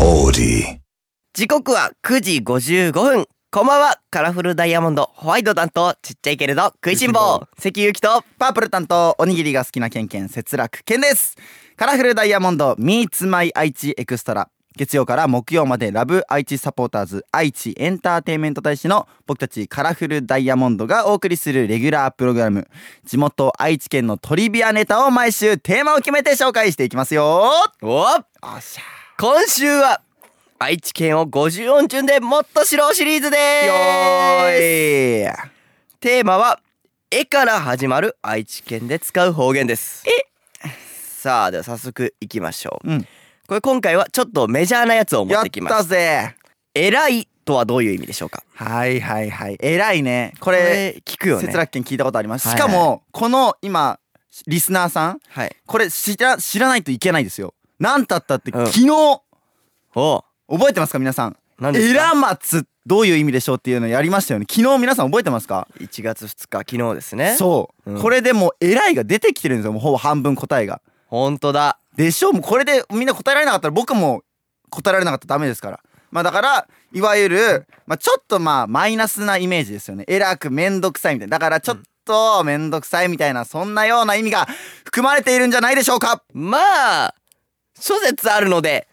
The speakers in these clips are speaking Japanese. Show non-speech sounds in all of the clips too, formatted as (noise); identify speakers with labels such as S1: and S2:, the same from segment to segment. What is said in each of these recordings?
S1: オーデ
S2: 時刻は9時55分こんばんはカラフルダイヤモンドホワイト担当ちっちゃいけれど食いしん坊関ゆきと
S3: パープル担当おにぎりが好きなケンケン節楽ケンですカラフルダイヤモンド Meets My 愛知エクストラ月曜から木曜までラブ愛知サポーターズ愛知エンターテインメント大使の僕たちカラフルダイヤモンドがお送りするレギュラープログラム地元愛知県のトリビアネタを毎週テーマを決めて紹介していきますよ
S2: おっ
S3: おっし
S2: 今週は愛知県を50音順でもっと知ろうシリーズ
S3: ゃ
S2: です
S3: よーい
S2: テーマは絵から始まる愛知県で使う方言ですさあでは早速いきましょう、
S3: うん
S2: これ今回はちょっとメジャーなやつを持
S3: や
S2: っ
S3: って
S2: きました
S3: ぜ
S2: 偉いとはどういう意味でしょうか
S3: はいはいはい偉いねこ
S2: こ
S3: れ
S2: れ聞くよね
S3: 節楽券聞いたことあります
S2: は
S3: し
S2: いはい
S3: かもこの今リスナーさん
S2: はい
S3: これ知ら知らないといけないですよなんたったって
S2: うん
S3: 昨日
S2: おう
S3: 覚えてますか皆さん
S2: 何です
S3: エ
S2: か
S3: ラマツどういう意味でしょうっていうのやりましたよね昨日皆さん覚えてますか
S2: 1月2日昨日ですね
S3: そう、
S2: うん
S3: これでもう偉いが出てきてるんですよもうほぼ半分答えが
S2: 本当だ
S3: でしょもうこれでみんな答えられなかったら僕も答えられなかったらダメですからまあだからいわゆる、まあ、ちょっとまあマイナスなイメージですよね偉くめんどくさいみたいなだからちょっとめんどくさいみたいなそんなような意味が含まれているんじゃないでしょうか
S2: まあ諸説あるので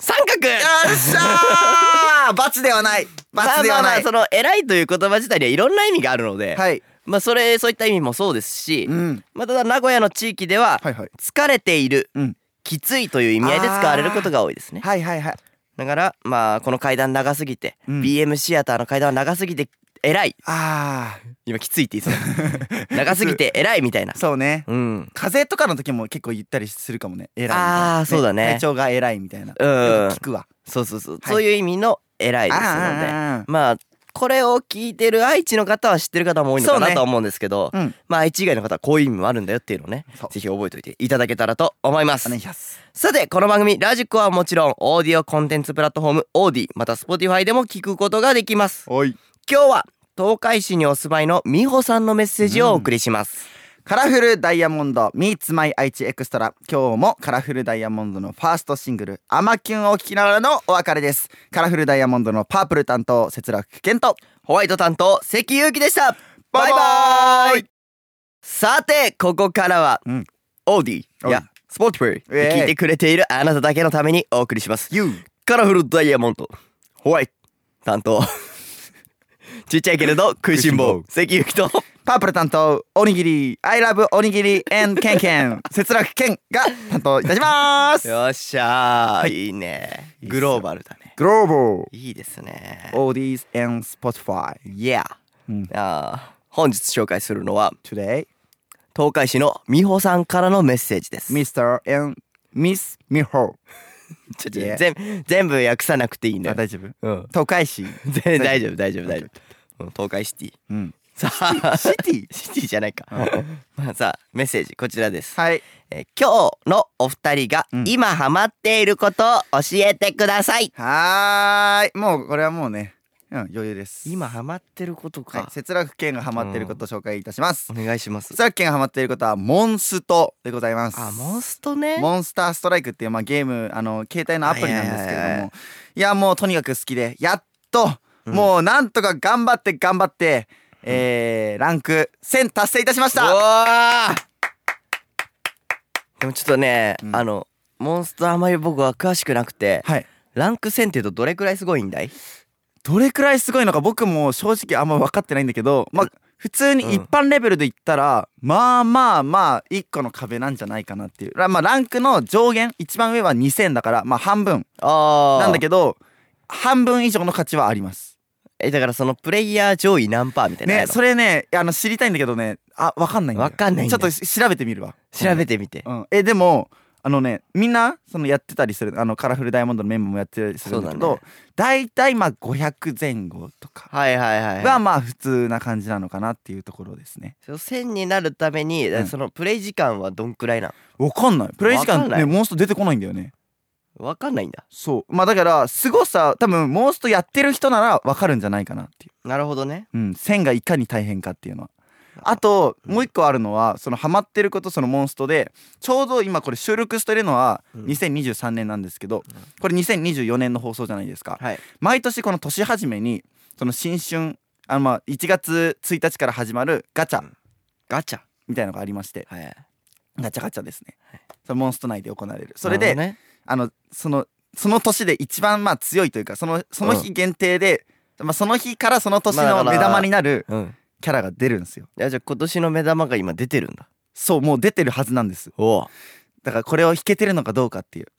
S2: 三角
S3: よっ
S2: (laughs)
S3: しゃー罰ではない罰で
S2: まあ
S3: はない、
S2: まあまあその偉いという言葉自体にはいろんな意味があるので、
S3: はい
S2: まあそれそういった意味もそうですし、
S3: うん
S2: まあただ名古屋の地域では
S3: はいはい
S2: 疲れている、
S3: うん
S2: きついという意味合いで使われることが多いですね
S3: はいはいはい
S2: だからまあこの階段長すぎて、
S3: うん
S2: BM シアターの階段は長すぎて偉い
S3: あ
S2: 今きついって言いそう
S3: (laughs)
S2: だ長すぎて偉いみたいな
S3: ーそうね
S2: うん
S3: 風邪とかの時も結構言ったりするかもね偉いみたいな
S2: あーそうだね
S3: 体調が偉いみたいな、
S2: うん
S3: よく聞くわ
S2: そうそうそう、
S3: はい
S2: そういう意味の偉いですので
S3: あー
S2: まあこれを聞いてる愛知の方は知ってる方も多いのか
S3: そう
S2: な
S3: ね
S2: とは思うんですけど、
S3: うん
S2: まあ愛知以外の方はこういう意味もあるんだよっていうのをね
S3: そう
S2: ぜひ覚えておいていただけたらと思います
S3: お願いします
S2: さてこの番組ラジコはもちろんオーディオコンテンツプラットフォームオーディまた Spotify でも聞くことができます
S3: おい
S2: 今日は東海市にお住まいの美穂さんのメッセージをお送りします、
S3: カラフルダイヤモンド Meets My 愛知エクストラ今日もカラフルダイヤモンドのファーストシングルアマキュンを聴きながらのお別れですカラフルダイヤモンドのパープル担当節楽健と
S2: ホワイト担当関裕貴でした
S3: バイバ
S2: バイさてここからは、
S3: うん
S2: オーディ
S3: オー
S2: やスポーツプレイで聞いてくれているあなただけのためにお送りします
S3: You
S2: カラフルダイヤモンドホワイト担
S3: (laughs)
S2: 当ちっちゃいけれど食いしん坊関ゆきと
S3: パープル担当おにぎり I love おにぎり and ケンケ (laughs) ン節楽健が担当いたします
S2: よっしゃー、い、いねグローバルだね
S3: グロー
S2: いいですね
S3: ボー ODs and Spotify
S2: Yeah、
S3: うん
S2: あー本日紹介するのは
S3: today
S2: 東海市の美穂さんからのメッセージです
S3: Mr. and Miss ミホ
S2: ちょち
S3: い
S2: ょ
S3: え
S2: 全全部訳さなくていいの
S3: あ
S2: よ。
S3: 大丈夫
S2: うん。 (laughs)
S3: 東海市
S2: 全大丈夫大丈夫大丈夫。うん東海シティ。
S3: うん
S2: さあ
S3: シティ
S2: シティじゃないか。まあさあメッセージこちらです。
S3: はい
S2: えー今日のお二人が
S3: うん
S2: 今ハマっていることを教えてください。
S3: はーいもうこれはもうねうん余裕です
S2: 今ハマってること
S3: はい
S2: か。
S3: 節楽健がハマってることを紹介いたします
S2: お願いします
S3: 節。楽健がハマっていることはモンストでございます
S2: あモンストね。
S3: モンスターストライクっていう、まあ、ゲームあの携帯のアプリなんですけれども、
S2: はい
S3: い
S2: はいはい
S3: やもうとにかく好きでやっと、
S2: うん
S3: もうなんとか頑張って頑張って、えーランク1000達成いたしまし
S2: う
S3: た
S2: わーでもちょっとね、
S3: うん
S2: あのモンストあまり僕は詳しくなくて、
S3: はい
S2: ランク1000っていうとどれくらいすごいんだい？
S3: どれくらいすごいのか僕も正直あんま分かってないんだけどまあ普通に一般レベルで言ったら、まあまあまあ1個の壁なんじゃないかなっていうらまあランクの上限一番上は2000だからまあ半分
S2: ああ。
S3: なんだけど半分以上の価値はあります
S2: えだからそのプレイヤー上位何パーみたいなのあ
S3: ね、
S2: るの
S3: それねあの知りたいんだけどねあわかんないんだよ
S2: わかんないん
S3: ち
S2: だ
S3: ょっとし調べてみるわ
S2: 調べてみて、
S3: うん、えでもあのねみんなそのやってたりするあのカラフルダイヤモンドのメンバーもやってたりするんだけ
S2: そうだ
S3: ど
S2: ね
S3: 大体、まあ500前後とか
S2: はいはいはい
S3: はまあ普通な感じなのかなっていうところですね
S2: その1000になるために、
S3: うん
S2: そのプレイ時間はどんくらいなん
S3: わかんないプレイ時
S2: わか
S3: 間
S2: んない
S3: ねモンスト出てこないんだよね
S2: わかんないんだ
S3: そうまあだからすごさ多分モンストやってる人ならわかるんじゃないかなってい
S2: なるほどね
S3: う、うん、線がいかに大変かっていうのはあともう一個あるのはそのハマってることそのモンストでちょうど今これ収録してるのは
S2: うん
S3: 2023年なんですけどこれ2024年の放送じゃないですか
S2: はい
S3: 毎年この年始めにその新春あのまあ1月1日から始まるガチャ
S2: ガチャ
S3: みたいなのがありまして
S2: はい
S3: ガチャガチャですねそのモンスト内で行われるそ
S2: な
S3: れで
S2: るほどね
S3: あのそのその年で一番まあ強いというかそのその日限定で、まあ、その日からその年
S2: まあだ
S3: の
S2: から
S3: 目玉になる
S2: うん
S3: キャラが出るんですよ
S2: いやじゃあ今年の目玉が今出てるんだ
S3: そうもう出てるはずなんです
S2: おお
S3: だからこれを引けてるのかどうかっていうこ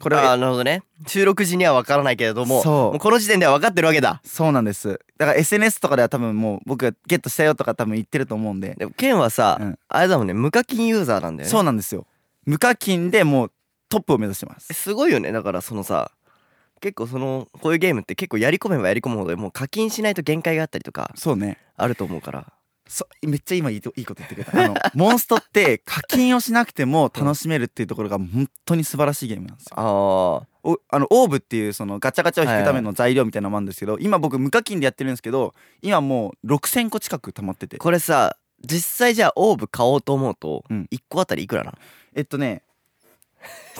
S2: こ
S3: れ
S2: れ
S3: は
S2: はなるほどね収録時には分からないけれども
S3: そう
S2: もうこの時点では分かってるわけだ
S3: そうなんですだから SNS とかでは多分もう僕がゲットしたよとか多分言ってると思うんで
S2: でもケンはさ、
S3: うん
S2: あれだもんね無課金ユーザーなんだよね
S3: そうなんですよ無課金でもうトップを目指してます
S2: すごいよねだからそのさ結構そのこういうゲームって結構やり込めばやり込むほどもう課金しないと限界があったりとか
S3: そうね
S2: あると思うから
S3: そめっちゃ今いいといいこと言ってくれた (laughs) あのモンストって課金をしなくても楽しめるっていうところが本当に素晴らしいゲームなんですよ
S2: あー
S3: おあのオーブっていうそのガチャガチャを引
S2: はい
S3: く
S2: はい
S3: ための材料みたいなのもあるんですけど、今僕無課金でやってるんですけど今もう6,000個近く溜まってて
S2: これさ実際じゃあオーブ買おうと思うと
S3: うん
S2: 1個あたりいくらなの、
S3: えっと (laughs) ね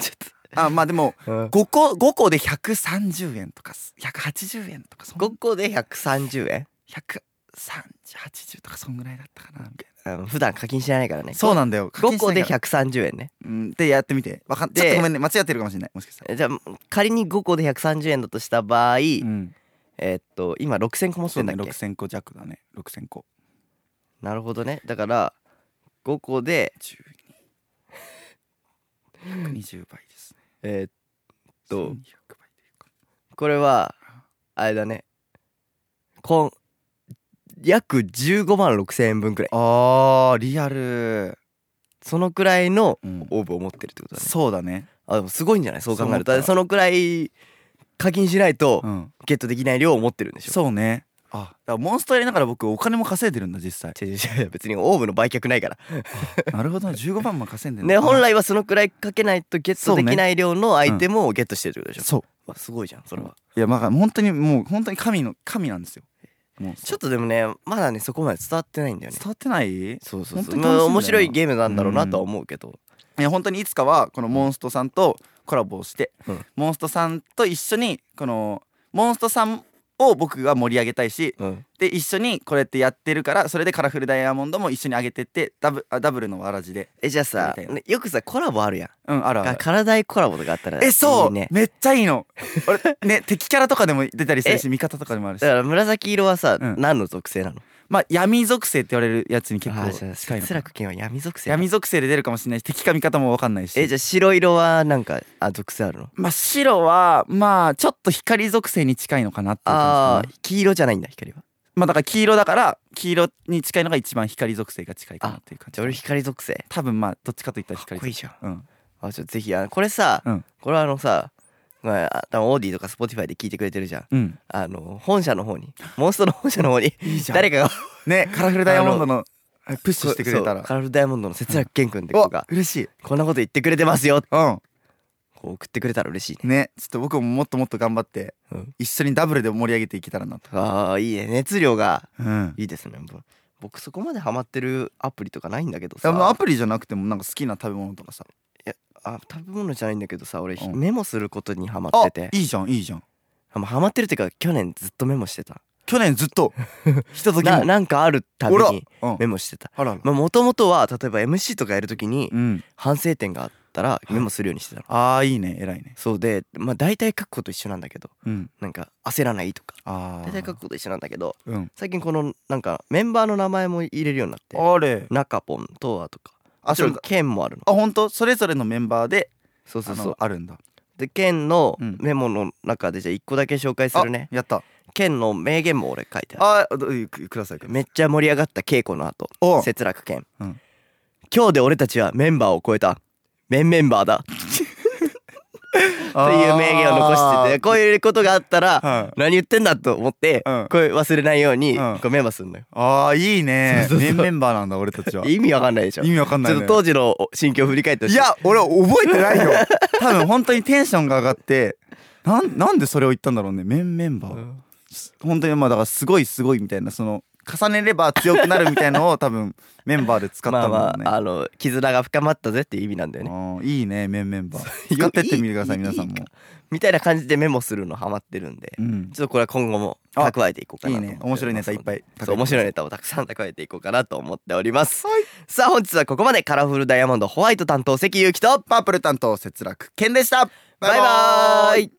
S2: ち
S3: あまあで (laughs) も
S2: ょっと
S3: 5個5個で130円とかす180円とかそん
S2: 5個で130円
S3: 13080とかそんぐらいだったかなみたい
S2: あの普段課金しないからね
S3: なそうなんだよ
S2: 5個で
S3: 100
S2: 130円ね
S3: うんでやってみてわかん
S2: で
S3: ちょっとごめんね間違ってるかもしれないもしかしたら、
S2: じゃあ仮に5個で130円だとした場合、
S3: うん、
S2: えーっと今6000個持っ
S3: そ
S2: て
S3: うん
S2: だ
S3: ね
S2: っけ、
S3: 6,000個弱だね6,000個
S2: なるほどねだから5個で (laughs)
S3: 12120倍ですね
S2: えーっと
S3: 1200倍というか
S2: これはあれだねこん約15万6千円分くらい
S3: あーリアル、
S2: そのくらいの
S3: うん
S2: オーブを持ってるってことだね
S3: そうだね、
S2: あでもすごいんじゃないそう考えると
S3: そう思った
S2: だってそのくらい課金しないと
S3: ん、
S2: ゲットできない量を持ってるんでしょ
S3: そうねあだからモンストやりながら僕お金も稼いでるん
S2: (laughs)
S3: だ実際
S2: 違う違う違う別にオーブの売却ないから
S3: なるほど15万も稼いでる
S2: ね本来はそのくらいかけないとゲットできない量のア
S3: ね
S2: イテムをゲットしてるってことでしょ、
S3: そう
S2: まあ、すごいじゃんそれは、
S3: いやまあ本当にもう本当に神の神なんですよもう
S2: ちょっとでもねまだねそこまで伝わってないんだよね
S3: 伝わってないい
S2: そうそう
S3: 本
S2: そ
S3: 当
S2: う
S3: に楽しみだ
S2: ま
S3: な
S2: あ面白いゲームなんだろうなとは思うけど、
S3: や本当にいつかはこのモンストさんとコラボをして、
S2: うん
S3: モンストさんと一緒にこのモンストさんを僕が盛り上げたいし
S2: うん、
S3: で一緒にこうやってやってるからそれでカラフルダイヤモンドも一緒に上げてってダブあダブルのわらじで
S2: えじゃあさ
S3: みたいな
S2: よくさコラボあるやん
S3: うんあるある
S2: 体コラボとかあったら
S3: えそう
S2: いいね
S3: めっちゃいいの (laughs) 俺ね敵キャラとかでも出たりするし味方とかでもあるし
S2: だから紫色はさ、
S3: うん
S2: 何の属性なの
S3: まあ闇属性って言われるやつに結
S2: あじゃ
S3: 構
S2: あ
S3: 近いの
S2: スラク剣は闇属性
S3: 闇属性で出るかもしれないし敵か味方も分かんないし
S2: えじゃあ白色はなんかあ属性あるの
S3: まあ白はまあちょっと光属性に近いのかなっていう
S2: あ
S3: 感
S2: あ
S3: じかな
S2: 黄色じゃないんだ光は
S3: まあだから黄色だから黄色に近いのが一番光属性が近いかなっていう感
S2: じ
S3: じ
S2: ゃあ俺光属性
S3: 多分まあどっちかといったら
S2: かっ
S3: 光
S2: こいいじゃん
S3: うん
S2: あちょっとぜひあのこれさ、
S3: うん
S2: これはあのさまあ、多分オーディとかスポティファイで聞いてくれてるじゃん
S3: うん
S2: あの本社の方にモンストの本社の方に
S3: いい (laughs) じゃん
S2: 誰かが
S3: ねカラフルダイヤモンドのあプッシュしてくれた
S2: そう
S3: ら
S2: カラフルダイヤモンドの節楽健君って子
S3: お
S2: が
S3: 嬉しい
S2: こんなこと言ってくれてますよ
S3: うん
S2: こう送ってくれたら嬉しいね
S3: ねちょっと僕ももっともっと頑張って
S2: うん
S3: 一緒にダブルで盛り上げていけたらなと
S2: ああいいね熱量が
S3: うん
S2: いいですねぼ僕そこまでハマってるアプリとかないんだけど
S3: あ
S2: さ
S3: のアプリじゃなくてもなんか好きな食べ物とかさ
S2: あ食べ物じゃないんだけどさ俺、
S3: うん
S2: メモすることにハマっ
S3: あ
S2: てて
S3: いいじゃんいいじゃん
S2: あもうハマってるっていうか去年ずっとメモしてた
S3: 去年ずっとひととき
S2: な
S3: も
S2: なんかあるたび
S3: ほら
S2: に
S3: うん
S2: メモしてた
S3: あらら
S2: もともとは例えば MC とかやるときに
S3: うん
S2: 反省点があったらメモするようにしてたの、
S3: ああいいね偉いね
S2: そうでまあ大体書くこと一緒なんだけど
S3: うん
S2: なんか焦らないとか
S3: ああ
S2: 大体書くこと一緒なんだけど
S3: うん
S2: 最近このなんかメンバーの名前も入れるようになって
S3: あれ
S2: 中ポンとはとか
S3: あ
S2: あ
S3: そ
S2: そうう剣もあるの
S3: あ本当それぞれのメンバーで
S2: そうそう
S3: あ
S2: そう
S3: のあるんだ
S2: で剣の
S3: うん
S2: メモの中でじゃあ一個だけ紹介するね
S3: やった
S2: 剣の名言も俺書いてある
S3: あどうくください
S2: めっちゃ盛り上がった稽古の後
S3: お
S2: 節楽剣、
S3: うん
S2: 今日で俺たちはメンバーを超えたメンメンバーだと
S3: あー
S2: いう名言を残しててこういうことがあったら
S3: はい
S2: 何言ってんだと思って
S3: うん
S2: これ忘れないように
S3: うん
S2: こうメモすんのよ
S3: あーいいね
S2: そうそうそう
S3: メンメンバーなんだ俺たちは
S2: 意味わかんないでしょ
S3: 意
S2: ち
S3: 味わかんない
S2: ょっ
S3: ね
S2: と当時の心境を振り返ってほし
S3: いや俺覚えてないよ
S2: (laughs)
S3: 多分本当にテンションが上がってなんなんでそれを言ったんだろうねメンメンバ
S2: う
S3: ー
S2: ん
S3: 本当にまあだからすごいすごいみたいなその重ねれば強くなるみたいのを多分メンバーで使っ
S2: ま
S3: た
S2: あ
S3: んだ
S2: ま
S3: ろうね、
S2: ああの絆が深まったぜっていう意味なんだよね
S3: あーいいねメンメンバー使ってってみてください
S2: (laughs) いい
S3: 皆さんも
S2: いいみたいな感じでメモするのハマってるんで、
S3: うん
S2: ちょっとこれは今後も蓄えていこうか
S3: い
S2: ないと思
S3: ね面白いネタいっぱ
S2: い
S3: い
S2: そう面白いネタをたくさん蓄えていこうかなと思っております、さあ本日はここまでカラフルダイヤモンドホワイト担当関ゆうきと
S3: パープル担当節楽健でした
S2: バイバーイ